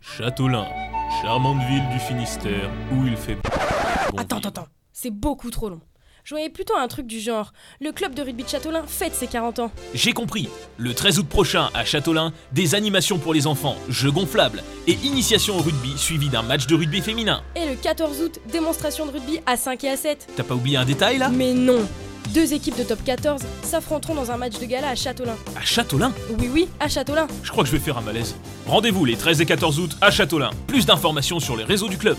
Châteaulin, charmante ville du Finistère où il fait. bon Attends, vivre. attends, attends. C'est beaucoup trop long. Je voyais plutôt un truc du genre. Le club de rugby de Châtelain fête ses 40 ans. J'ai compris. Le 13 août prochain, à Châteaulin, des animations pour les enfants, jeux gonflables et initiation au rugby suivi d'un match de rugby féminin. Et le 14 août, démonstration de rugby à 5 et à 7. T'as pas oublié un détail là Mais non Deux équipes de top 14 s'affronteront dans un match de gala à Châtelain. À Châteaulin Oui, oui, à Châtelain. Je crois que je vais faire un malaise. Rendez-vous les 13 et 14 août à Châteaulin. Plus d'informations sur les réseaux du club.